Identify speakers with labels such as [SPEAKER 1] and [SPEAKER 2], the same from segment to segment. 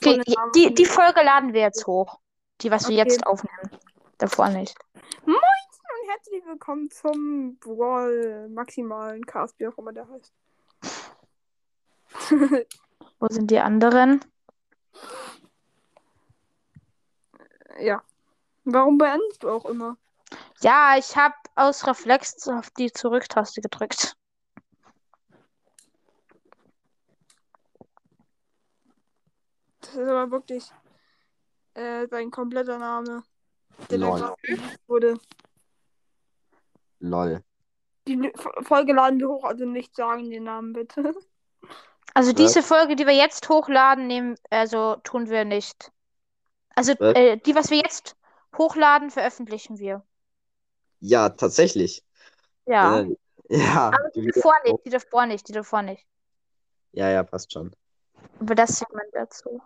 [SPEAKER 1] Okay,
[SPEAKER 2] Folge haben.
[SPEAKER 1] die, die Folge laden wir jetzt hoch. Die, was wir
[SPEAKER 2] Okay.
[SPEAKER 1] jetzt aufnehmen. Davor nicht.
[SPEAKER 2] Und herzlich willkommen zum Brawl Maximalen Cast, wie auch immer der heißt.
[SPEAKER 1] Wo sind die anderen?
[SPEAKER 2] ja. Warum beendest du auch immer?
[SPEAKER 1] Ja, ich habe aus Reflex auf die Zurücktaste gedrückt.
[SPEAKER 2] Das ist aber wirklich äh, sein kompletter Name, der da
[SPEAKER 3] Lol.
[SPEAKER 2] gerade genannt wurde.
[SPEAKER 3] Lol.
[SPEAKER 2] Die L- F- Folge laden wir hoch, also nicht sagen den Namen bitte.
[SPEAKER 1] Also
[SPEAKER 3] Was?
[SPEAKER 1] diese Folge, die wir jetzt hochladen, nehmen, also tun wir nicht. Also
[SPEAKER 3] Was?
[SPEAKER 1] äh, die, was wir jetzt hochladen, veröffentlichen wir.
[SPEAKER 3] Ja, tatsächlich.
[SPEAKER 1] Ja.
[SPEAKER 3] Äh, ja.
[SPEAKER 1] Die davor nicht, die davor nicht, die davor nicht.
[SPEAKER 3] Ja, ja, passt schon.
[SPEAKER 1] Aber das sieht man dazu.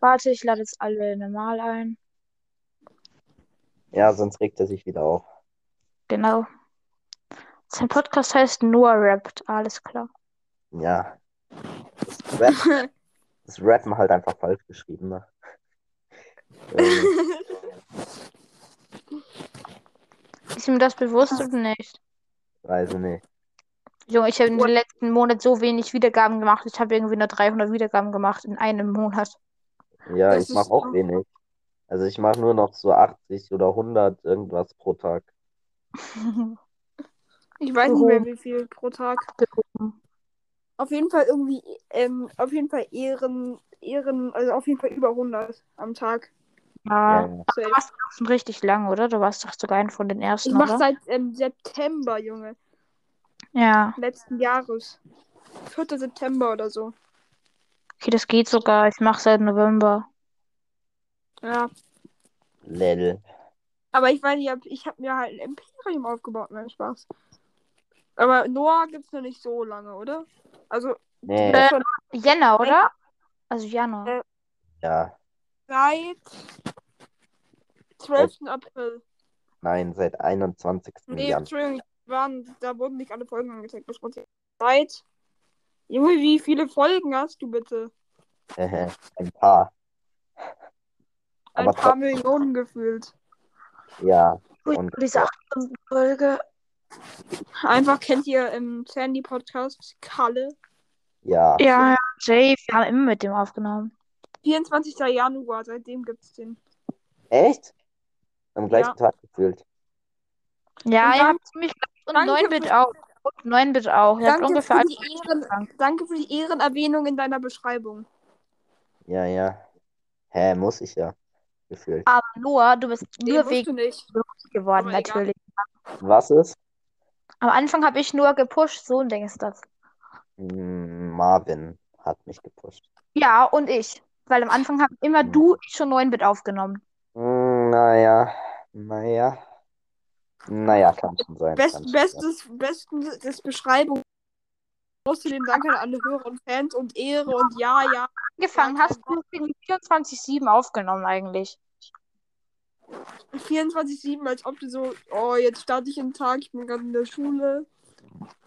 [SPEAKER 1] Warte, ich lade jetzt alle normal ein.
[SPEAKER 3] Ja, sonst regt er sich wieder auf.
[SPEAKER 1] Genau. Sein Podcast heißt nur Rapped, alles klar.
[SPEAKER 3] Ja. Das, Rap, das Rappen halt einfach falsch geschrieben. Ne? Ähm,
[SPEAKER 1] Ist ihm das bewusst oder nicht?
[SPEAKER 3] weiß ich nicht.
[SPEAKER 1] Junge, ich habe in den letzten Monat so wenig Wiedergaben gemacht. Ich habe irgendwie nur 300 Wiedergaben gemacht in einem Monat.
[SPEAKER 3] Ja,
[SPEAKER 2] Das
[SPEAKER 3] ich mache
[SPEAKER 2] ist-
[SPEAKER 3] auch wenig. Also ich mache nur noch so 80 oder 100 irgendwas pro Tag.
[SPEAKER 2] Ich weiß nicht
[SPEAKER 1] Warum?
[SPEAKER 2] mehr, wie viel pro Tag. Auf jeden Fall irgendwie, ähm, auf jeden Fall Ehren, Ehren, also auf jeden Fall über 100 am Tag. Ah.
[SPEAKER 1] ja,
[SPEAKER 3] Ja,
[SPEAKER 2] Safe.
[SPEAKER 1] schon richtig lang, oder? Du warst doch sogar ein von den ersten,
[SPEAKER 2] Ich mache
[SPEAKER 1] oder?
[SPEAKER 2] seit ähm, September, Junge.
[SPEAKER 1] Ja.
[SPEAKER 2] letzten Jahres. 4. September oder so.
[SPEAKER 1] Okay, das geht sogar. Ich mache seit November.
[SPEAKER 2] Ja.
[SPEAKER 3] lel.
[SPEAKER 2] Aber ich meine, ich habe ich hab mir halt ein Imperium aufgebaut, mein Spaß. Aber Noah gibt's noch nicht so lange, oder? Also,
[SPEAKER 3] Nee,
[SPEAKER 1] Äh.
[SPEAKER 2] schon
[SPEAKER 1] Jänner, oder? Also Januar.
[SPEAKER 2] Äh,
[SPEAKER 3] ja.
[SPEAKER 2] seit 12. April.
[SPEAKER 3] Nein, seit 21.
[SPEAKER 2] Nee,
[SPEAKER 3] Januar.
[SPEAKER 2] Entschuldigung, die waren, da wurden nicht alle Folgen angezeigt. Das muss ich- Seit. Junge, wie viele Folgen hast du bitte?
[SPEAKER 3] Ein paar.
[SPEAKER 2] Ein
[SPEAKER 3] Aber
[SPEAKER 2] paar
[SPEAKER 3] trotzdem-
[SPEAKER 2] Millionen gefühlt.
[SPEAKER 3] Ja. Und
[SPEAKER 1] diese 8 Folge.
[SPEAKER 2] Einfach kennt ihr im Sandy-Podcast Kalle.
[SPEAKER 3] ja.
[SPEAKER 1] Ja, ja, Jay, wir haben immer mit dem aufgenommen.
[SPEAKER 2] 24. Januar, seitdem gibt's den.
[SPEAKER 3] Echt? Am gleichen
[SPEAKER 2] Ja.
[SPEAKER 3] Tag gefühlt.
[SPEAKER 1] Ja,
[SPEAKER 2] Und
[SPEAKER 1] ihr
[SPEAKER 2] dann-
[SPEAKER 1] habt ziemlich lang und
[SPEAKER 2] danke
[SPEAKER 1] 9-Bit
[SPEAKER 2] für-
[SPEAKER 1] auch. Und 9-Bit auch. Ihr habt
[SPEAKER 2] Danke
[SPEAKER 1] ungefähr
[SPEAKER 2] für
[SPEAKER 1] alle
[SPEAKER 2] die Ehren-
[SPEAKER 1] lang.
[SPEAKER 2] Danke für die Ehrenerwähnung in deiner Beschreibung.
[SPEAKER 3] Ja, ja. Hä, muss ich ja. Gefühlt.
[SPEAKER 1] Aber Noah, du bist
[SPEAKER 2] Nee,
[SPEAKER 1] nur
[SPEAKER 2] musst
[SPEAKER 1] wegen
[SPEAKER 2] du nicht.
[SPEAKER 1] mich geworden,
[SPEAKER 2] aber egal.
[SPEAKER 1] natürlich.
[SPEAKER 3] Was ist?
[SPEAKER 1] Am Anfang habe ich nur gepusht, so ein Ding ist das.
[SPEAKER 3] Hm, Marvin hat mich gepusht.
[SPEAKER 1] Ja, und ich. Weil am Anfang haben immer
[SPEAKER 3] Mhm.
[SPEAKER 1] du ich schon 9-Bit aufgenommen.
[SPEAKER 3] Hm, naja. Naja. Naja, kann schon sein. kann
[SPEAKER 2] Best,
[SPEAKER 3] schon
[SPEAKER 2] bestes, besten des Beschreibung. Außerdem danke an alle Hörer und Fans und Ehre und ja, ja.
[SPEAKER 1] Angefangen
[SPEAKER 2] Ja,
[SPEAKER 1] hast du gegen 24-7 aufgenommen eigentlich.
[SPEAKER 2] 24-7, als ob du so, oh, jetzt starte ich den Tag, ich bin gerade in der Schule.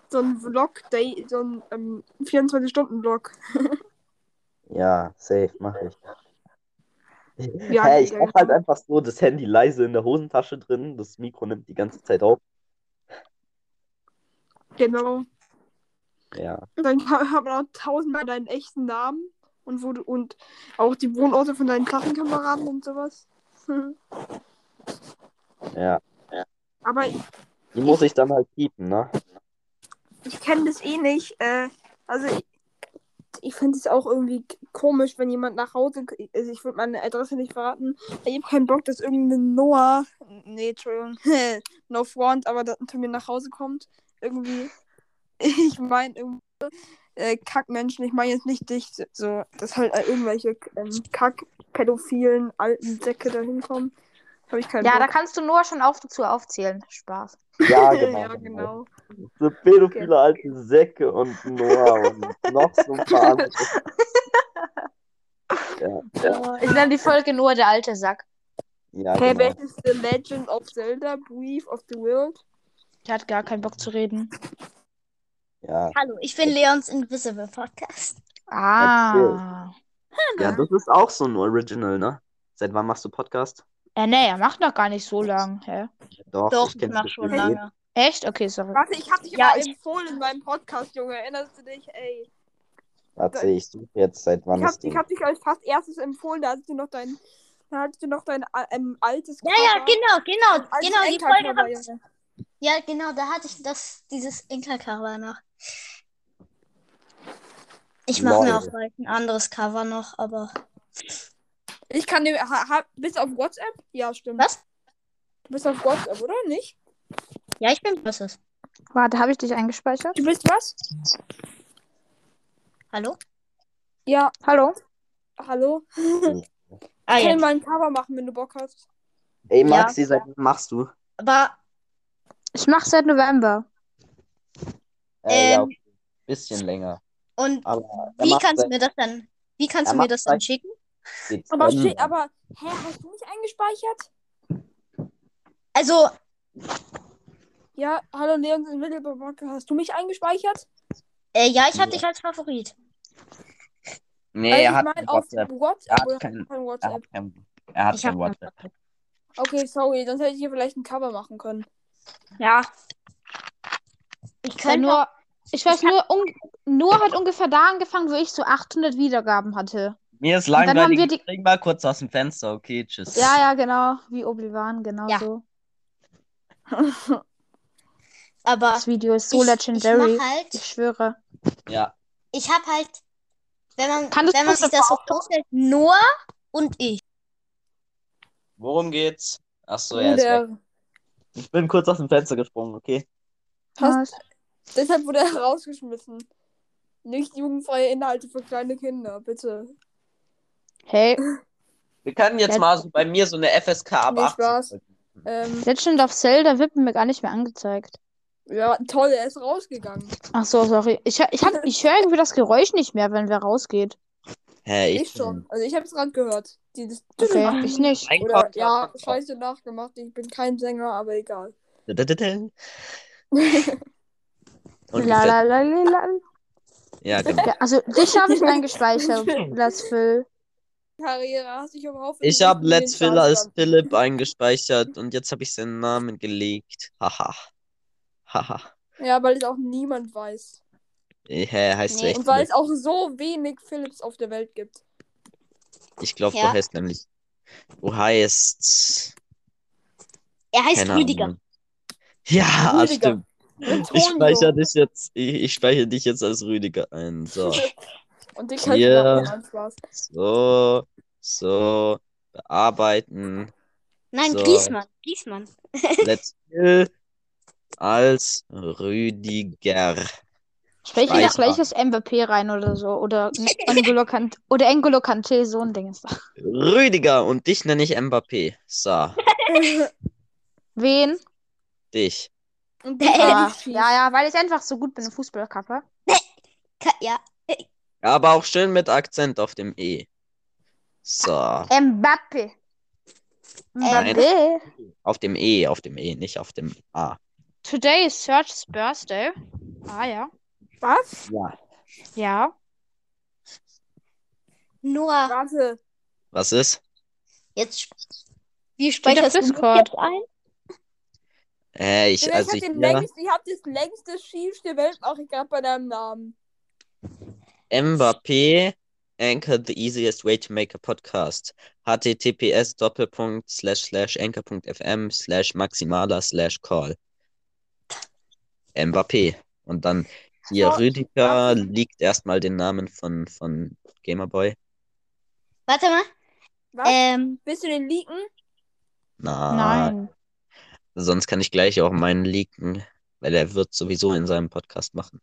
[SPEAKER 2] So ein Vlog, Day, so ein ähm, 24-Stunden-Vlog.
[SPEAKER 3] sein. Ja, safe, mache ich.
[SPEAKER 2] Ja,
[SPEAKER 3] Hä, ich
[SPEAKER 2] ja,
[SPEAKER 3] hab
[SPEAKER 2] ja.
[SPEAKER 3] halt einfach so das Handy leise in der Hosentasche drin. Das Mikro nimmt die ganze Zeit auf.
[SPEAKER 2] Genau.
[SPEAKER 3] Ja.
[SPEAKER 2] Dann ha- hat man auch tausendmal deinen echten Namen und, wo du, und auch die Wohnorte von deinen Klassenkameraden und sowas.
[SPEAKER 3] Ja.
[SPEAKER 2] Aber
[SPEAKER 3] Die muss ich dann halt piepen, ne?
[SPEAKER 2] ich kenne das eh nicht. Äh, also ich, ich finde es auch irgendwie k- komisch, wenn jemand nach Hause. Also ich würde meine Adresse nicht verraten. Ich habe keinen Bock, dass irgendein Noah. Nee, Entschuldigung. no front, aber da, zu mir nach Hause kommt. Irgendwie. Ich meine irgendwie. Äh, Kackmenschen, ich meine jetzt nicht dich, so, dass halt äh, irgendwelche ähm, Kack-pädophilen alten Säcke da hinkommen. Habe ich keinen
[SPEAKER 1] Ja, da
[SPEAKER 2] Bock.
[SPEAKER 1] kannst du Noah schon auf dazu aufzählen. Spaß.
[SPEAKER 3] Ja, genau.
[SPEAKER 2] ja, genau.
[SPEAKER 3] So pädophile alte Säcke und Noah und noch so ein paar andere.
[SPEAKER 1] Ich nenne die Folge Noah der alte Sack.
[SPEAKER 3] Ja,
[SPEAKER 2] Okay,
[SPEAKER 3] genau.
[SPEAKER 2] welches The Legend of Zelda Brief of the World?
[SPEAKER 1] Der hat gar keinen Bock zu reden.
[SPEAKER 3] Ja.
[SPEAKER 4] Hallo, ich bin Leons Invisible Podcast.
[SPEAKER 1] Ah.
[SPEAKER 3] Ja, das ist auch so ein Original, ne? Seit wann machst du Podcast?
[SPEAKER 1] Äh, nee, er macht noch gar nicht so lang. Hä?
[SPEAKER 4] Doch, ich
[SPEAKER 3] kenn's
[SPEAKER 4] mach
[SPEAKER 3] nicht
[SPEAKER 4] schon
[SPEAKER 3] mit jedem.
[SPEAKER 4] lange.
[SPEAKER 1] Echt? Okay, sorry.
[SPEAKER 2] Warte, ich hab dich
[SPEAKER 4] Ja,
[SPEAKER 2] ja,
[SPEAKER 4] ich-
[SPEAKER 2] empfohlen in meinem Podcast, Junge. Erinnerst du dich? Ey.
[SPEAKER 3] Warte, ich suche jetzt, seit wann
[SPEAKER 2] Ich
[SPEAKER 3] das
[SPEAKER 2] hab,
[SPEAKER 3] Ding.
[SPEAKER 2] ich hab dich als fast erstes empfohlen, da hattest du noch dein, da hattest du noch dein äh, ähm, altes
[SPEAKER 4] Ja, ja, genau, genau,
[SPEAKER 2] altes
[SPEAKER 4] genau, die
[SPEAKER 2] Anker-Cover,
[SPEAKER 4] Folge war,
[SPEAKER 2] Junge.
[SPEAKER 4] Ja, genau, da hatte ich das, dieses Inka-Cover noch. Ich mache mir
[SPEAKER 3] Lol.
[SPEAKER 4] auch bald ein anderes Cover noch, aber.
[SPEAKER 2] Ich kann dir, ha, ha, bist du auf WhatsApp? Ja, stimmt.
[SPEAKER 4] Was?
[SPEAKER 2] Du bist auf WhatsApp, oder nicht?
[SPEAKER 4] Ja, ich bin. Was ist?
[SPEAKER 1] Warte, habe ich dich eingespeichert?
[SPEAKER 2] Du bist was?
[SPEAKER 4] Hallo?
[SPEAKER 2] Ja,
[SPEAKER 1] Hallo?
[SPEAKER 2] hallo.
[SPEAKER 4] Ah,
[SPEAKER 2] Ich
[SPEAKER 4] ja.
[SPEAKER 2] kann mal ein Cover machen, wenn du Bock hast.
[SPEAKER 3] Ey, Maxi, seit wann machst du?
[SPEAKER 4] Aber
[SPEAKER 1] Ich mache seit November.
[SPEAKER 3] Äh, ja,
[SPEAKER 4] Ähm,
[SPEAKER 3] okay. bisschen länger.
[SPEAKER 4] Und
[SPEAKER 3] Aber er
[SPEAKER 4] wie
[SPEAKER 3] macht
[SPEAKER 4] kannst du
[SPEAKER 3] seit
[SPEAKER 4] mir das dann, wie kannst
[SPEAKER 3] Er
[SPEAKER 4] du mir
[SPEAKER 3] macht
[SPEAKER 4] das dann
[SPEAKER 3] gleich-
[SPEAKER 4] schicken?
[SPEAKER 2] Aber,
[SPEAKER 3] Dezember.
[SPEAKER 2] steht- aber, hä, hast du mich eingespeichert?
[SPEAKER 4] Also,
[SPEAKER 2] Ja, hallo Leon in Mittelbarbarke, hast du mich eingespeichert?
[SPEAKER 4] äh, ja, ich hatte
[SPEAKER 3] Ja.
[SPEAKER 4] dich als Favorit.
[SPEAKER 3] Nee,
[SPEAKER 2] Also
[SPEAKER 3] er
[SPEAKER 2] ich
[SPEAKER 3] hat
[SPEAKER 2] mein,
[SPEAKER 3] kein
[SPEAKER 2] auf
[SPEAKER 3] WhatsApp. Er
[SPEAKER 2] WhatsApp
[SPEAKER 3] hat
[SPEAKER 2] oder
[SPEAKER 3] kein,
[SPEAKER 2] kein
[SPEAKER 3] er
[SPEAKER 2] WhatsApp?
[SPEAKER 3] hat kein, er hat
[SPEAKER 4] Ich
[SPEAKER 3] kein
[SPEAKER 4] hab-
[SPEAKER 3] WhatsApp.
[SPEAKER 2] Okay, sorry, sonst hätte ich hier vielleicht ein Cover machen können.
[SPEAKER 4] Ja. Ich
[SPEAKER 1] Ich,
[SPEAKER 4] könnte
[SPEAKER 1] nur, ich weiß nur, un, nur hat ungefähr da angefangen, wo ich so 800 Wiedergaben hatte.
[SPEAKER 3] Mir ist
[SPEAKER 1] dann haben
[SPEAKER 3] langweilig.
[SPEAKER 1] wir die-
[SPEAKER 3] Ich spring mal kurz aus dem Fenster. Okay, tschüss.
[SPEAKER 1] Ja, ja, genau. Wie Obi-Wan, genau
[SPEAKER 4] Ja.
[SPEAKER 1] so.
[SPEAKER 4] aber
[SPEAKER 1] Das Video ist so
[SPEAKER 4] ich,
[SPEAKER 1] legendary.
[SPEAKER 4] ich mach
[SPEAKER 1] Ich
[SPEAKER 4] halt,
[SPEAKER 1] schwöre.
[SPEAKER 3] Ja.
[SPEAKER 4] ich hab halt, wenn man,
[SPEAKER 1] Kannst
[SPEAKER 4] wenn
[SPEAKER 1] du
[SPEAKER 4] man
[SPEAKER 1] das
[SPEAKER 4] sich das so vorstellt, Noah und ich.
[SPEAKER 3] Worum geht's? Achso, er ist weg.
[SPEAKER 2] Bruder,
[SPEAKER 3] Ich bin kurz aus dem Fenster gesprungen, okay?
[SPEAKER 2] Hast- Deshalb wurde er rausgeschmissen. Nicht jugendfreie Inhalte für kleine Kinder, bitte.
[SPEAKER 1] Hey,
[SPEAKER 3] Wir können jetzt
[SPEAKER 1] Ja.
[SPEAKER 3] mal so bei mir so eine FSK ab
[SPEAKER 2] Nee,
[SPEAKER 3] 18.
[SPEAKER 2] Spaß. Ähm,
[SPEAKER 1] Legend of Zelda wird mir gar nicht mehr angezeigt.
[SPEAKER 2] ja, toll, er ist rausgegangen.
[SPEAKER 1] Ach so, sorry. Ich, hör- ich, hab- ich höre irgendwie das Geräusch nicht mehr, wenn wer rausgeht.
[SPEAKER 3] Hä,
[SPEAKER 2] Ich,
[SPEAKER 3] ich,
[SPEAKER 2] schon. Also ich habe es gerade gehört. Dieses
[SPEAKER 1] Okay, ich nicht.
[SPEAKER 3] Mein
[SPEAKER 2] Oder
[SPEAKER 3] Podcast-
[SPEAKER 2] ja, scheiße nachgemacht. Ich bin kein Sänger, aber egal.
[SPEAKER 3] Und
[SPEAKER 1] La, la, la, la, la.
[SPEAKER 3] Ja, genau.
[SPEAKER 1] Ja, also dich habe ich eingespeichert, Let's Phil.
[SPEAKER 2] Karriere hast dich überhaupt nicht
[SPEAKER 3] Ich habe
[SPEAKER 2] in den
[SPEAKER 3] Let's Phil
[SPEAKER 2] Charts
[SPEAKER 3] als
[SPEAKER 2] stand.
[SPEAKER 3] Philipp eingespeichert und jetzt habe ich seinen Namen gelegt. Haha. Haha. Äh,
[SPEAKER 2] Ja, weil es auch niemand weiß.
[SPEAKER 3] Hä, heißt du
[SPEAKER 4] Nee.
[SPEAKER 3] echt
[SPEAKER 2] Und weil
[SPEAKER 3] Philipp?
[SPEAKER 2] es auch so wenig Philips auf der Welt gibt.
[SPEAKER 3] Ich glaube,
[SPEAKER 4] Ja.
[SPEAKER 3] du heißt nämlich. Du heißt.
[SPEAKER 4] Er heißt
[SPEAKER 3] Keine
[SPEAKER 4] Rüdiger.
[SPEAKER 3] Ahnung. Ja,
[SPEAKER 2] Rüdiger.
[SPEAKER 3] stimmt. Ich
[SPEAKER 2] Antonio.
[SPEAKER 3] speichere dich jetzt. Ich, ich speichere dich jetzt als Rüdiger ein. So.
[SPEAKER 2] Und dich heißt
[SPEAKER 3] Ja.
[SPEAKER 2] yeah. Nein, Spaß.
[SPEAKER 3] So. So. Bearbeiten.
[SPEAKER 4] Nein,
[SPEAKER 3] So.
[SPEAKER 4] Griesmann, Griesmann.
[SPEAKER 3] Let's Kill als Rüdiger.
[SPEAKER 1] Spreche ich
[SPEAKER 3] Weiß
[SPEAKER 1] das gleich als MVP rein oder so? Oder N'Golo Kant oder N'Golo Kante, so ein Ding ist das.
[SPEAKER 3] Rüdiger und dich nenne ich Mbappé. So,
[SPEAKER 1] Wen?
[SPEAKER 3] dich.
[SPEAKER 2] Und
[SPEAKER 4] Der
[SPEAKER 2] ja.
[SPEAKER 1] Ah, ja, ja, weil ich einfach so gut bin im Fußballkacke.
[SPEAKER 4] Ka- Ja,
[SPEAKER 3] Aber auch schön mit Akzent auf dem E. So,
[SPEAKER 1] Mbappe. Mbappe.
[SPEAKER 3] auf dem E, auf dem E, nicht auf dem A.
[SPEAKER 1] Today is Serge's birthday. Ah ja.
[SPEAKER 2] Was?
[SPEAKER 3] Ja.
[SPEAKER 1] Ja.
[SPEAKER 4] Noah,
[SPEAKER 2] Warte.
[SPEAKER 3] Was ist?
[SPEAKER 4] jetzt, sp- wie
[SPEAKER 1] auf
[SPEAKER 4] speicherst du mich
[SPEAKER 1] Discord.
[SPEAKER 4] jetzt ein?
[SPEAKER 3] Äh, ich,
[SPEAKER 2] Ich,
[SPEAKER 3] also
[SPEAKER 2] ich, hab den
[SPEAKER 3] hier,
[SPEAKER 2] längst, ich hab das längste Schief der Welt auch gerade bei deinem Namen.
[SPEAKER 3] Mbappé anchored the easiest way to make a podcast. https doppelpunkt slash slash anchor.fm slash maximaler slash call. Mbappé. Und dann hier
[SPEAKER 2] So,
[SPEAKER 3] Rüdiger
[SPEAKER 2] warte.
[SPEAKER 3] liegt erstmal den Namen von, von Gamerboy.
[SPEAKER 4] Warte mal,
[SPEAKER 2] Was?
[SPEAKER 4] ähm,
[SPEAKER 2] Willst du den leaken?
[SPEAKER 1] Ah.
[SPEAKER 3] Na,
[SPEAKER 1] Nein.
[SPEAKER 3] Sonst kann ich gleich auch meinen leaken, weil er wird sowieso in seinem Podcast machen.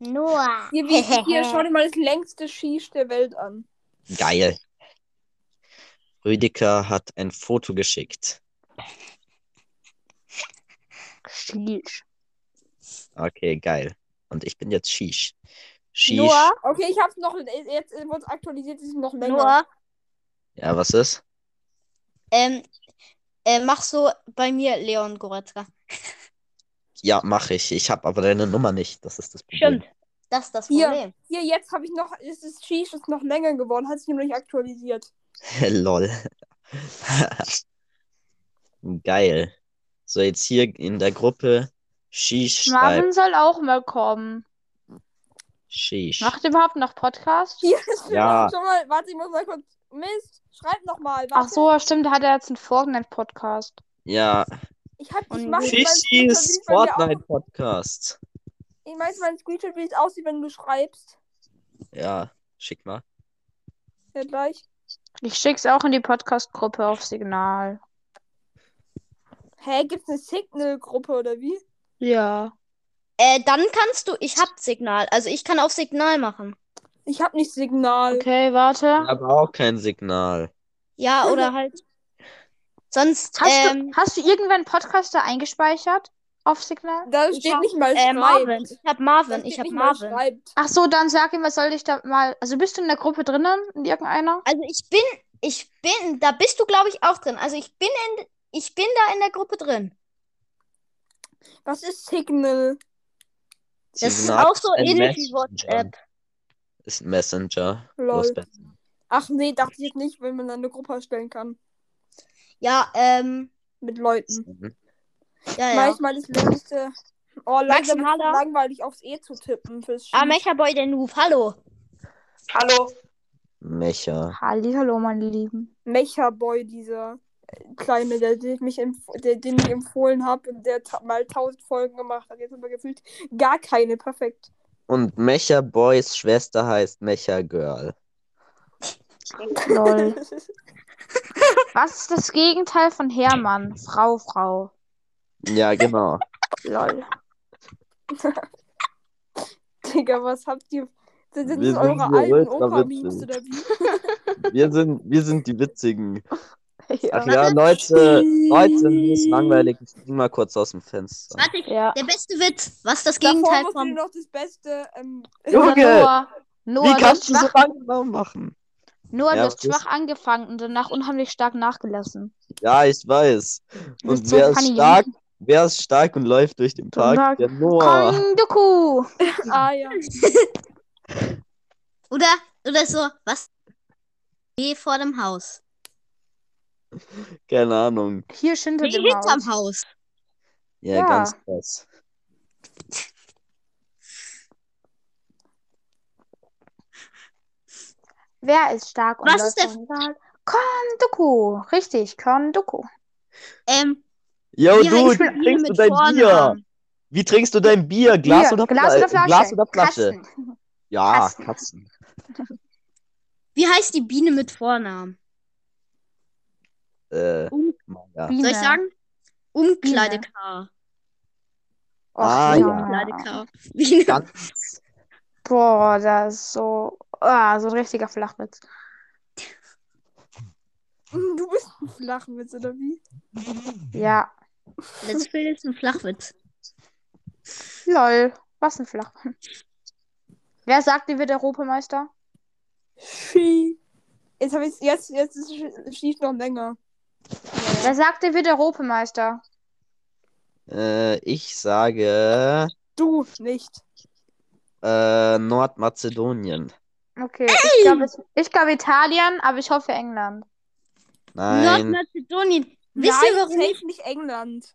[SPEAKER 4] Noah.
[SPEAKER 2] Hier, wie, hier schau dir mal das längste Schief der Welt an.
[SPEAKER 3] Geil. Rüdiger hat ein Foto geschickt.
[SPEAKER 1] Sheesh.
[SPEAKER 3] Okay, geil. Und ich bin jetzt Shish. Shish.
[SPEAKER 4] Noah,
[SPEAKER 2] Okay, ich hab's noch. äh, Jetzt wurde es aktualisiert, es ist noch länger.
[SPEAKER 4] Noah,
[SPEAKER 3] Ja, was ist?
[SPEAKER 4] ähm, äh, mach so bei mir Leon Goretzka.
[SPEAKER 3] Ja, mache ich. Ich habe aber deine Nummer nicht. Das ist das Problem.
[SPEAKER 4] Das ist das
[SPEAKER 2] Hier.
[SPEAKER 4] Problem.
[SPEAKER 2] Hier, jetzt habe ich noch, es ist Cheese ist noch länger geworden, hat sich nämlich aktualisiert.
[SPEAKER 3] Lol. Geil. So, jetzt hier in der Gruppe. Shish schreibt.
[SPEAKER 1] Marvin soll auch mal kommen.
[SPEAKER 3] Shish.
[SPEAKER 1] Macht ihr überhaupt noch Podcast?
[SPEAKER 2] Hier ist
[SPEAKER 3] Ja.
[SPEAKER 2] schon mal, warte, ich muss mal kurz, Mist, schreib nochmal,
[SPEAKER 1] Ach so, stimmt, hat er jetzt einen folgenden Podcast.
[SPEAKER 3] Ja.
[SPEAKER 2] Ich hab, ich
[SPEAKER 4] Und
[SPEAKER 2] mach jetzt mal einen
[SPEAKER 3] Shishis
[SPEAKER 2] Screenshot, wie es bei mir
[SPEAKER 3] Fortnite-Podcast.
[SPEAKER 2] au- Ich mach meinen Screenshot, wie es aussieht, wenn du schreibst.
[SPEAKER 3] Ja, schick mal.
[SPEAKER 2] Ja, gleich.
[SPEAKER 1] Ich schick's auch in die Podcast-Gruppe auf Signal.
[SPEAKER 2] Hä, gibt's eine Signal-Gruppe oder wie?
[SPEAKER 1] Ja.
[SPEAKER 4] Äh, dann kannst du, ich hab Signal, also ich kann auf Signal machen.
[SPEAKER 2] Ich hab nicht Signal.
[SPEAKER 1] Okay, warte.
[SPEAKER 3] Aber auch kein Signal.
[SPEAKER 4] Ja, oder halt. Sonst,
[SPEAKER 1] Hast,
[SPEAKER 4] ähm,
[SPEAKER 1] du, hast du irgendwann Podcast da eingespeichert auf Signal?
[SPEAKER 2] Da
[SPEAKER 4] Ich
[SPEAKER 2] steht
[SPEAKER 4] hab,
[SPEAKER 2] nicht mal
[SPEAKER 4] äh,
[SPEAKER 2] schreibt.
[SPEAKER 4] Marvin. Ich hab
[SPEAKER 2] Da
[SPEAKER 4] Marvin,
[SPEAKER 2] steht
[SPEAKER 4] ich hab
[SPEAKER 2] nicht mal
[SPEAKER 4] Marvin.
[SPEAKER 2] schreibt.
[SPEAKER 1] Ach so, dann sag ihm, was soll ich da mal. Also bist du in der Gruppe drinnen? In irgendeiner?
[SPEAKER 4] Also ich bin, ich bin, da bist du, glaube ich, auch drin. Also ich bin in, ich bin da in der Gruppe drin.
[SPEAKER 2] Was ist Signal?
[SPEAKER 4] Das ist
[SPEAKER 3] Signal
[SPEAKER 4] auch so
[SPEAKER 3] ein
[SPEAKER 4] ähnlich wie
[SPEAKER 3] Messenger.
[SPEAKER 4] WhatsApp.
[SPEAKER 3] Ist ein Messenger.
[SPEAKER 2] Lol.
[SPEAKER 3] Bloß besser.
[SPEAKER 2] Ach nee, dachte ich nicht, wenn man da eine Gruppe erstellen kann.
[SPEAKER 4] Ja, ähm,
[SPEAKER 2] Mit Leuten.
[SPEAKER 4] ja, ja.
[SPEAKER 2] Manchmal das Längste. Oh, langsam ist es
[SPEAKER 4] Maximaler.
[SPEAKER 2] langweilig aufs E zu tippen. Fürs
[SPEAKER 4] Ah,
[SPEAKER 2] Schießen.
[SPEAKER 4] Mecha-Boy, der Noob, hallo.
[SPEAKER 2] Hallo.
[SPEAKER 3] Mecha.
[SPEAKER 1] Hallihallo, meine Lieben.
[SPEAKER 2] Mecha-Boy, dieser äh, Kleine, der, den ich mich empf- der, den ich empfohlen habe und der ta mal tausend Folgen gemacht hat. Jetzt haben wir gefühlt gar keine. Perfekt.
[SPEAKER 3] Und Mecha Boys Schwester heißt Mecha Girl.
[SPEAKER 1] Lol. Was ist das Gegenteil von Hermann? Frau, Frau.
[SPEAKER 3] Ja, genau.
[SPEAKER 1] Lol.
[SPEAKER 2] Digga, was habt ihr. Sind das
[SPEAKER 3] Wir sind
[SPEAKER 2] eure
[SPEAKER 3] hier
[SPEAKER 2] alten
[SPEAKER 3] ultra
[SPEAKER 2] Opa-Memes
[SPEAKER 3] witzig.
[SPEAKER 2] oder wie?
[SPEAKER 3] Wir sind, wir sind die Witzigen.
[SPEAKER 1] Ja.
[SPEAKER 3] Ach ja, Leute, Leute, mir ist langweilig. Ich spring mal kurz aus dem Fenster.
[SPEAKER 4] Warte,
[SPEAKER 1] ja.
[SPEAKER 4] der beste Witz. Was ist das
[SPEAKER 2] Davor
[SPEAKER 4] Gegenteil
[SPEAKER 2] musst du
[SPEAKER 4] von.
[SPEAKER 2] noch das Beste. Ähm,
[SPEAKER 1] Oder
[SPEAKER 3] Junge,
[SPEAKER 1] Noah. Noah,
[SPEAKER 3] wie
[SPEAKER 1] du
[SPEAKER 3] kannst
[SPEAKER 1] hast
[SPEAKER 3] du so
[SPEAKER 1] schwach,
[SPEAKER 3] langsam machen?
[SPEAKER 1] Noah, du
[SPEAKER 3] Ja,
[SPEAKER 1] hast
[SPEAKER 3] was ist-
[SPEAKER 1] schwach angefangen und danach unheimlich stark nachgelassen.
[SPEAKER 3] Ja, ich weiß.
[SPEAKER 1] Du
[SPEAKER 3] Und
[SPEAKER 1] bist so
[SPEAKER 3] wer ist
[SPEAKER 1] funny.
[SPEAKER 3] stark? Wer ist stark und läuft durch den Park?
[SPEAKER 1] Park.
[SPEAKER 3] Der Noah.
[SPEAKER 1] Kondoku!
[SPEAKER 2] ah ja.
[SPEAKER 4] Oder, oder so, was? Geh vor dem Haus.
[SPEAKER 3] Keine Ahnung.
[SPEAKER 1] Hier ist hinter
[SPEAKER 4] Nee,
[SPEAKER 1] dem
[SPEAKER 4] hinterm
[SPEAKER 1] Haus.
[SPEAKER 4] Haus.
[SPEAKER 3] Ja,
[SPEAKER 1] Ja.
[SPEAKER 3] ganz krass.
[SPEAKER 1] Wer ist stark und
[SPEAKER 4] Was
[SPEAKER 1] läuft
[SPEAKER 4] ist der-
[SPEAKER 1] vom Saal? Kondoku! Richtig, Kondoku.
[SPEAKER 4] Ähm,
[SPEAKER 3] Yo,
[SPEAKER 4] wie
[SPEAKER 3] du,
[SPEAKER 4] heißt das Bier
[SPEAKER 3] trinkst du
[SPEAKER 4] mit
[SPEAKER 3] dein Bier?
[SPEAKER 4] Vornamen?
[SPEAKER 3] Wie trinkst du dein Bier? Glas,
[SPEAKER 1] Hier,
[SPEAKER 3] oder,
[SPEAKER 1] Glas
[SPEAKER 3] Fla-
[SPEAKER 1] oder Flasche?
[SPEAKER 3] Glas oder Flasche?
[SPEAKER 1] Kasten.
[SPEAKER 3] Ja,
[SPEAKER 1] Kasten.
[SPEAKER 3] Katzen.
[SPEAKER 4] Wie heißt die Biene mit Vornamen?
[SPEAKER 3] Äh,
[SPEAKER 1] Uh.
[SPEAKER 4] Um-
[SPEAKER 3] Manga.
[SPEAKER 1] Biene.
[SPEAKER 4] Soll ich sagen? Umkleidekar.
[SPEAKER 1] Och,
[SPEAKER 3] Ah, ja.
[SPEAKER 4] Umkleidekar. Biene.
[SPEAKER 3] Ganz.
[SPEAKER 1] Boah, das ist so. Ah, so ein richtiger Flachwitz.
[SPEAKER 2] Du bist ein Flachwitz oder wie?
[SPEAKER 1] Ja.
[SPEAKER 4] Let's Play ist ein Flachwitz.
[SPEAKER 1] Lol. Was ein Flachwitz. Wer sagt, ihr wird Europameister?
[SPEAKER 2] Schie. Jetzt habe ich jetzt jetzt ist Sch- schief noch länger.
[SPEAKER 1] Wer sagt, ihr wird Europameister?
[SPEAKER 3] Äh, ich sage
[SPEAKER 2] Du nicht.
[SPEAKER 3] äh, Nordmazedonien.
[SPEAKER 1] Okay. Ich glaube, ich glaube Italien, aber ich hoffe England.
[SPEAKER 3] Nein.
[SPEAKER 4] Nordmazedonien. Wisst ihr,
[SPEAKER 2] Nein,
[SPEAKER 4] warum ich,
[SPEAKER 2] safe nicht England.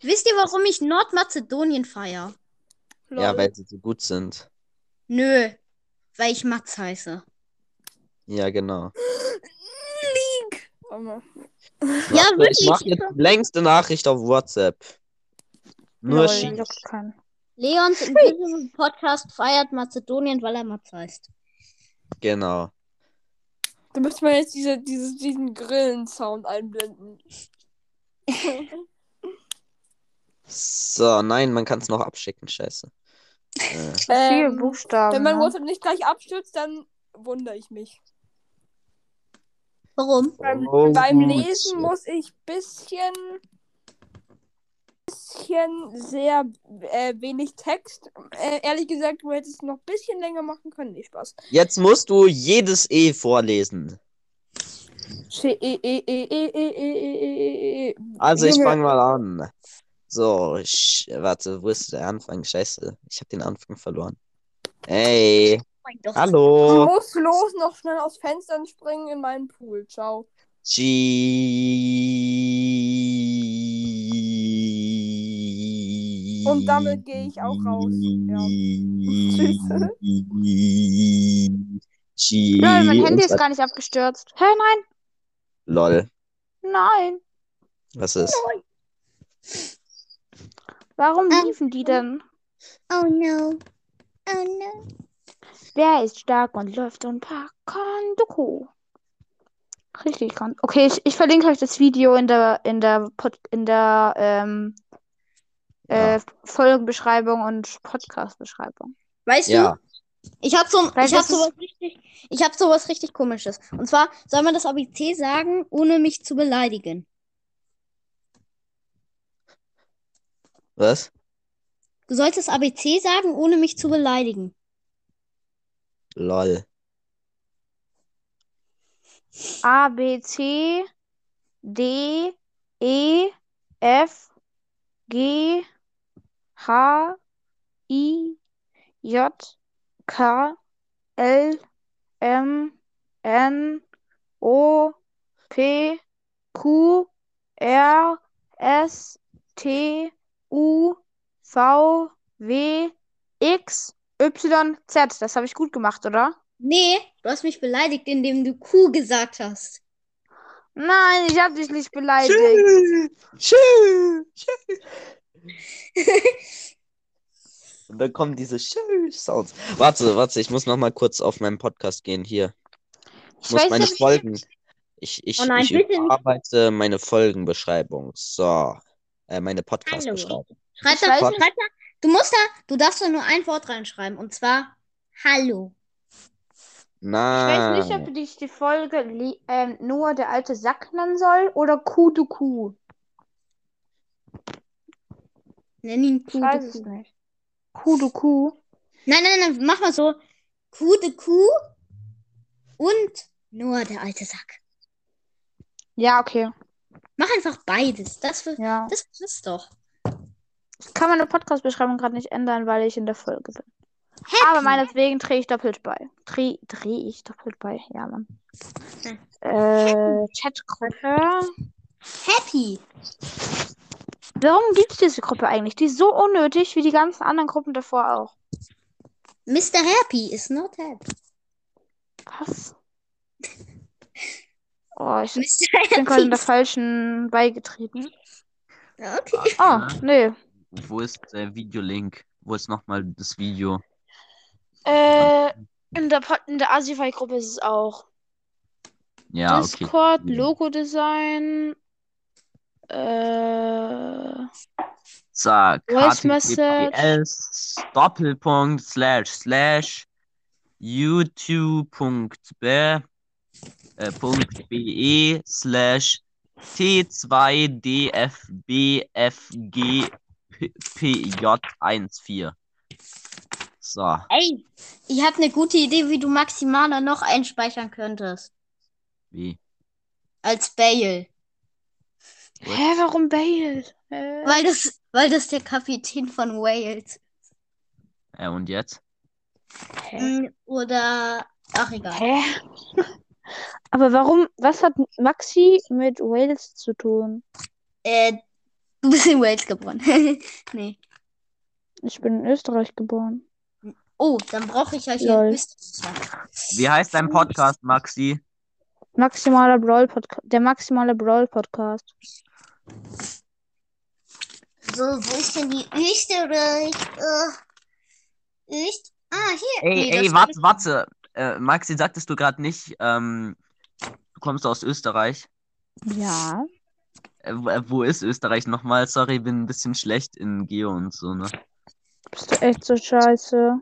[SPEAKER 4] wisst ihr, warum ich Nordmazedonien feier?
[SPEAKER 3] Ja,
[SPEAKER 2] Lol.
[SPEAKER 3] weil sie so gut sind.
[SPEAKER 4] Nö, weil ich Mats heiße.
[SPEAKER 3] Ja, genau.
[SPEAKER 2] Warte mal.
[SPEAKER 4] Ja,
[SPEAKER 3] Warte, ich
[SPEAKER 4] wirklich.
[SPEAKER 3] mache jetzt die längste Nachricht auf WhatsApp. Nur
[SPEAKER 1] Lol,
[SPEAKER 3] Schied.
[SPEAKER 1] juckt keinen.
[SPEAKER 4] Leons Invisible Podcast feiert Mazedonien, weil er Mats heißt.
[SPEAKER 3] Genau.
[SPEAKER 2] Da müsste man jetzt diese, dieses, diesen Grillen-Sound einblenden.
[SPEAKER 3] So, nein, man kann es noch abschicken, scheiße. Äh,
[SPEAKER 1] Viele
[SPEAKER 2] Ähm,
[SPEAKER 1] Buchstaben.
[SPEAKER 2] wenn man
[SPEAKER 1] ne?
[SPEAKER 2] WhatsApp nicht gleich abstürzt, dann wundere ich mich.
[SPEAKER 4] Warum?
[SPEAKER 2] Beim,
[SPEAKER 3] Oh,
[SPEAKER 2] beim
[SPEAKER 3] gut.
[SPEAKER 2] Lesen muss ich bisschen, bisschen sehr äh, wenig Text. Äh, ehrlich gesagt, du hättest es noch ein bisschen länger machen können. Nee, Spaß.
[SPEAKER 3] Jetzt musst du jedes E vorlesen.
[SPEAKER 2] Sch- e- e- e- e- e- e- e- e- e-
[SPEAKER 3] Also ich
[SPEAKER 2] Junge.
[SPEAKER 3] fange mal an. So, sch warte, wo ist der Anfang? Scheiße, ich habe den Anfang verloren. Ey,
[SPEAKER 4] Oh Mein Gott.
[SPEAKER 2] Ich
[SPEAKER 3] hallo.
[SPEAKER 2] muss los, noch schnell aus Fenstern springen in meinen Pool. Ciao.
[SPEAKER 3] Tschüss.
[SPEAKER 2] Und damit gehe ich auch raus. Ja.
[SPEAKER 3] Tschüss.
[SPEAKER 1] Lol, mein Handy
[SPEAKER 3] Und
[SPEAKER 1] ist
[SPEAKER 3] zwar-
[SPEAKER 1] gar nicht abgestürzt. Hä, nein,
[SPEAKER 3] Lol,
[SPEAKER 1] nein.
[SPEAKER 3] was ist?
[SPEAKER 1] Warum
[SPEAKER 4] Ähm,
[SPEAKER 1] liefen die denn?
[SPEAKER 4] Oh no. Oh no.
[SPEAKER 1] Wer ist stark und läuft und packt Doku? Richtig kann. Okay, ich, ich verlinke euch das Video in der in der Pod, in der ähm,
[SPEAKER 3] Ja.
[SPEAKER 1] äh, Folgenbeschreibung und Podcast-Beschreibung.
[SPEAKER 4] Weißt
[SPEAKER 3] Ja.
[SPEAKER 4] du, ich habe so,
[SPEAKER 1] Weil
[SPEAKER 4] ich hab
[SPEAKER 1] das ist-
[SPEAKER 4] sowas richtig, ich habe sowas richtig komisches. Und zwar soll man das ABC sagen, ohne mich zu beleidigen.
[SPEAKER 3] Was?
[SPEAKER 4] Du sollst das ABC sagen, ohne mich zu beleidigen.
[SPEAKER 3] Lol.
[SPEAKER 1] A, B, C, D, E, F, G, H, I, J, K, L, M, N, O, P, Q, R, S, T, U, V, W, X, Y, Z. Das habe ich gut gemacht, oder?
[SPEAKER 4] Nee, du hast mich beleidigt, indem du Kuh gesagt hast.
[SPEAKER 1] Nein, ich habe dich nicht beleidigt.
[SPEAKER 3] Tschüss. Tschüss. Und dann kommen diese Tschüss-Sounds. Warte, warte, ich muss noch mal kurz auf meinen Podcast gehen hier. Ich muss meine
[SPEAKER 1] nicht,
[SPEAKER 3] Folgen. Ich, ich,
[SPEAKER 4] Oh nein,
[SPEAKER 3] ich
[SPEAKER 4] bitte nicht.
[SPEAKER 3] überarbeite meine Folgenbeschreibung. So. Äh, meine Podcast-Beschreibung.
[SPEAKER 4] Schreib
[SPEAKER 1] Ich
[SPEAKER 4] da,
[SPEAKER 1] weiß
[SPEAKER 4] schreib
[SPEAKER 1] nicht.
[SPEAKER 4] da, du musst da, du darfst da nur ein Wort reinschreiben. Und zwar Hallo.
[SPEAKER 1] ich weiß
[SPEAKER 3] Nein.
[SPEAKER 1] nicht, ob ich die Folge li- ähm, nur der alte Sack nennen soll oder Kuh du Kuh.
[SPEAKER 4] Nenn ihn
[SPEAKER 1] Ich
[SPEAKER 4] Kuh.
[SPEAKER 1] weiß es nicht. Kuh du Kuh.
[SPEAKER 4] Nein, nein, nein, mach mal so. Kuh de Kuh und nur der alte Sack.
[SPEAKER 1] Ja, okay.
[SPEAKER 4] Mach einfach beides. Das, wird-
[SPEAKER 1] Ja.
[SPEAKER 4] das passt doch.
[SPEAKER 1] Ich kann meine Podcast-Beschreibung gerade nicht ändern, weil ich in der Folge bin. Aber meinetwegen drehe ich doppelt bei. Dreh, dreh ich doppelt bei. Ja, Mann.
[SPEAKER 4] Hm.
[SPEAKER 1] Äh, Chatgruppe.
[SPEAKER 4] Happy.
[SPEAKER 1] Warum gibt es diese Gruppe eigentlich? Die ist so unnötig wie die ganzen anderen Gruppen davor auch.
[SPEAKER 4] Mr. Happy is not happy.
[SPEAKER 1] Was? Oh, ich
[SPEAKER 4] Mr.
[SPEAKER 1] bin gerade in
[SPEAKER 4] Happy.
[SPEAKER 1] der falschen beigetreten.
[SPEAKER 4] Okay.
[SPEAKER 1] Oh, nee.
[SPEAKER 3] Wo ist der Videolink? Wo ist nochmal das Video?
[SPEAKER 1] Äh, in der, Pod- in der Asify-Gruppe ist es auch.
[SPEAKER 3] Ja, okay. Mhm.
[SPEAKER 1] Discord,
[SPEAKER 3] Ja.
[SPEAKER 1] Logo-Design, äh,
[SPEAKER 3] Zack.
[SPEAKER 1] Voice Message.
[SPEAKER 3] HTTPS Doppelpunkt slash slash youtube.be äh, Punkt be slash T2DFBFGPJ14. So.
[SPEAKER 4] Ey, ich habe eine gute Idee, wie du Maximana noch einspeichern könntest.
[SPEAKER 3] Wie?
[SPEAKER 4] Als Bale.
[SPEAKER 3] What?
[SPEAKER 1] hä, warum Bale? Hä?
[SPEAKER 4] Weil das, weil das der Kapitän von Wales.
[SPEAKER 3] Äh, und jetzt?
[SPEAKER 1] Hä?
[SPEAKER 4] Mm, Oder. Ach, egal.
[SPEAKER 1] Hä? Aber warum, was hat Maxi mit Wales zu tun?
[SPEAKER 4] Äh, du bist in Wales geboren. nee.
[SPEAKER 1] Ich bin in Österreich geboren.
[SPEAKER 4] Oh, dann brauche ich ja hier
[SPEAKER 1] Lol.
[SPEAKER 4] Österreich.
[SPEAKER 3] Wie heißt dein Podcast, Maxi?
[SPEAKER 1] Maximaler Brawl Podcast, der maximale Brawl Podcast.
[SPEAKER 4] So, wo ist denn die Österreich? Äh, Öst ah, hier.
[SPEAKER 3] Ey,
[SPEAKER 4] Nee,
[SPEAKER 3] ey,
[SPEAKER 4] das-
[SPEAKER 3] warte, warte. Äh, Maxi, sagtest du gerade nicht, ähm, du kommst aus Österreich?
[SPEAKER 1] Ja.
[SPEAKER 3] Äh, wo- äh, wo ist Österreich nochmal? Sorry, bin ein bisschen schlecht in Geo und so, ne?
[SPEAKER 1] Bist du echt so scheiße?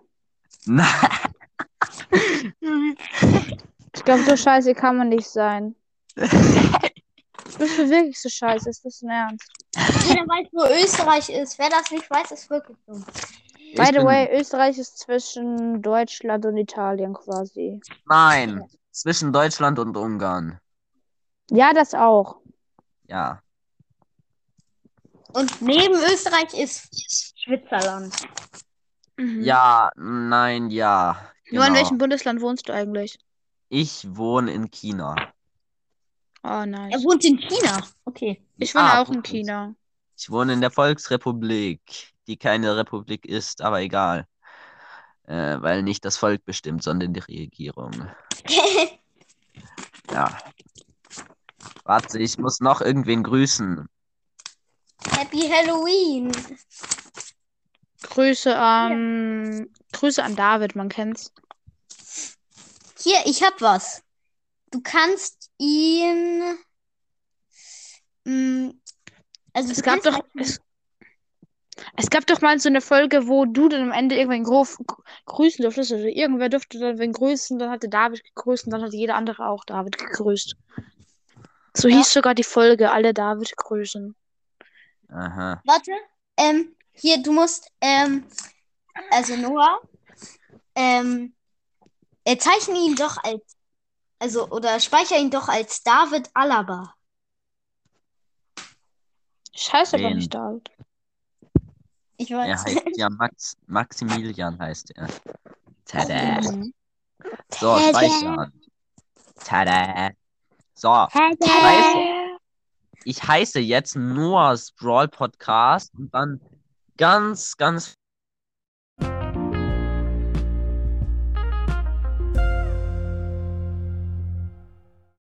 [SPEAKER 3] Na,
[SPEAKER 1] Ich glaube, so scheiße kann man nicht sein. Bist du wirklich so scheiße? Ist das ein Ernst?
[SPEAKER 4] Jeder weiß, wo Österreich ist. Wer das nicht weiß, ist wirklich dumm.
[SPEAKER 3] ich
[SPEAKER 1] By the
[SPEAKER 3] bin-
[SPEAKER 1] way, Österreich ist zwischen Deutschland und Italien quasi.
[SPEAKER 3] Nein, zwischen Deutschland und Ungarn.
[SPEAKER 1] Ja, das auch.
[SPEAKER 3] Ja.
[SPEAKER 4] Und neben Österreich ist Schwitzerland.
[SPEAKER 1] Mhm.
[SPEAKER 3] Ja, nein, ja.
[SPEAKER 1] Nur in
[SPEAKER 3] genau.
[SPEAKER 1] welchem Bundesland wohnst du eigentlich?
[SPEAKER 3] Ich wohne in China.
[SPEAKER 1] Oh,
[SPEAKER 4] Er
[SPEAKER 1] nice.
[SPEAKER 4] wohnt in China. Okay.
[SPEAKER 1] Ich wohne
[SPEAKER 3] Ah,
[SPEAKER 1] auch in
[SPEAKER 3] gut.
[SPEAKER 1] China.
[SPEAKER 3] Ich wohne in der Volksrepublik, die keine Republik ist, aber egal. Äh, weil nicht das Volk bestimmt, sondern die Regierung. Ja. Warte, ich muss noch irgendwen grüßen.
[SPEAKER 4] Happy Halloween.
[SPEAKER 1] Grüße an. Grüße an David, man kennt's.
[SPEAKER 4] Hier, ich hab was. Du kannst ihn. Mm, also
[SPEAKER 1] Es
[SPEAKER 4] du
[SPEAKER 1] gab
[SPEAKER 4] kannst
[SPEAKER 1] doch. Es, es gab doch mal so eine Folge, wo du dann am Ende irgendwen grof, gr- grüßen durftest. Oder irgendwer durfte dann wen grüßen, dann hatte David gegrüßt und dann hat jeder andere auch David gegrüßt. So
[SPEAKER 4] Ja.
[SPEAKER 1] hieß sogar die Folge, alle David grüßen.
[SPEAKER 3] Aha.
[SPEAKER 4] Warte. Ähm, hier, du musst, ähm, also Noah, ähm, äh, zeichne ihn doch als, also, oder speicher ihn doch als David Alaba.
[SPEAKER 1] Ich heiße aber
[SPEAKER 3] Wen?
[SPEAKER 1] nicht David.
[SPEAKER 4] Ich
[SPEAKER 3] Er
[SPEAKER 4] weiß.
[SPEAKER 3] heißt ja Max, Maximilian heißt er. Tada.
[SPEAKER 1] Mhm.
[SPEAKER 3] So,
[SPEAKER 4] Tada.
[SPEAKER 3] speichern. Tada. So, ich heiße jetzt Noahs Brawl Podcast und dann ganz, ganz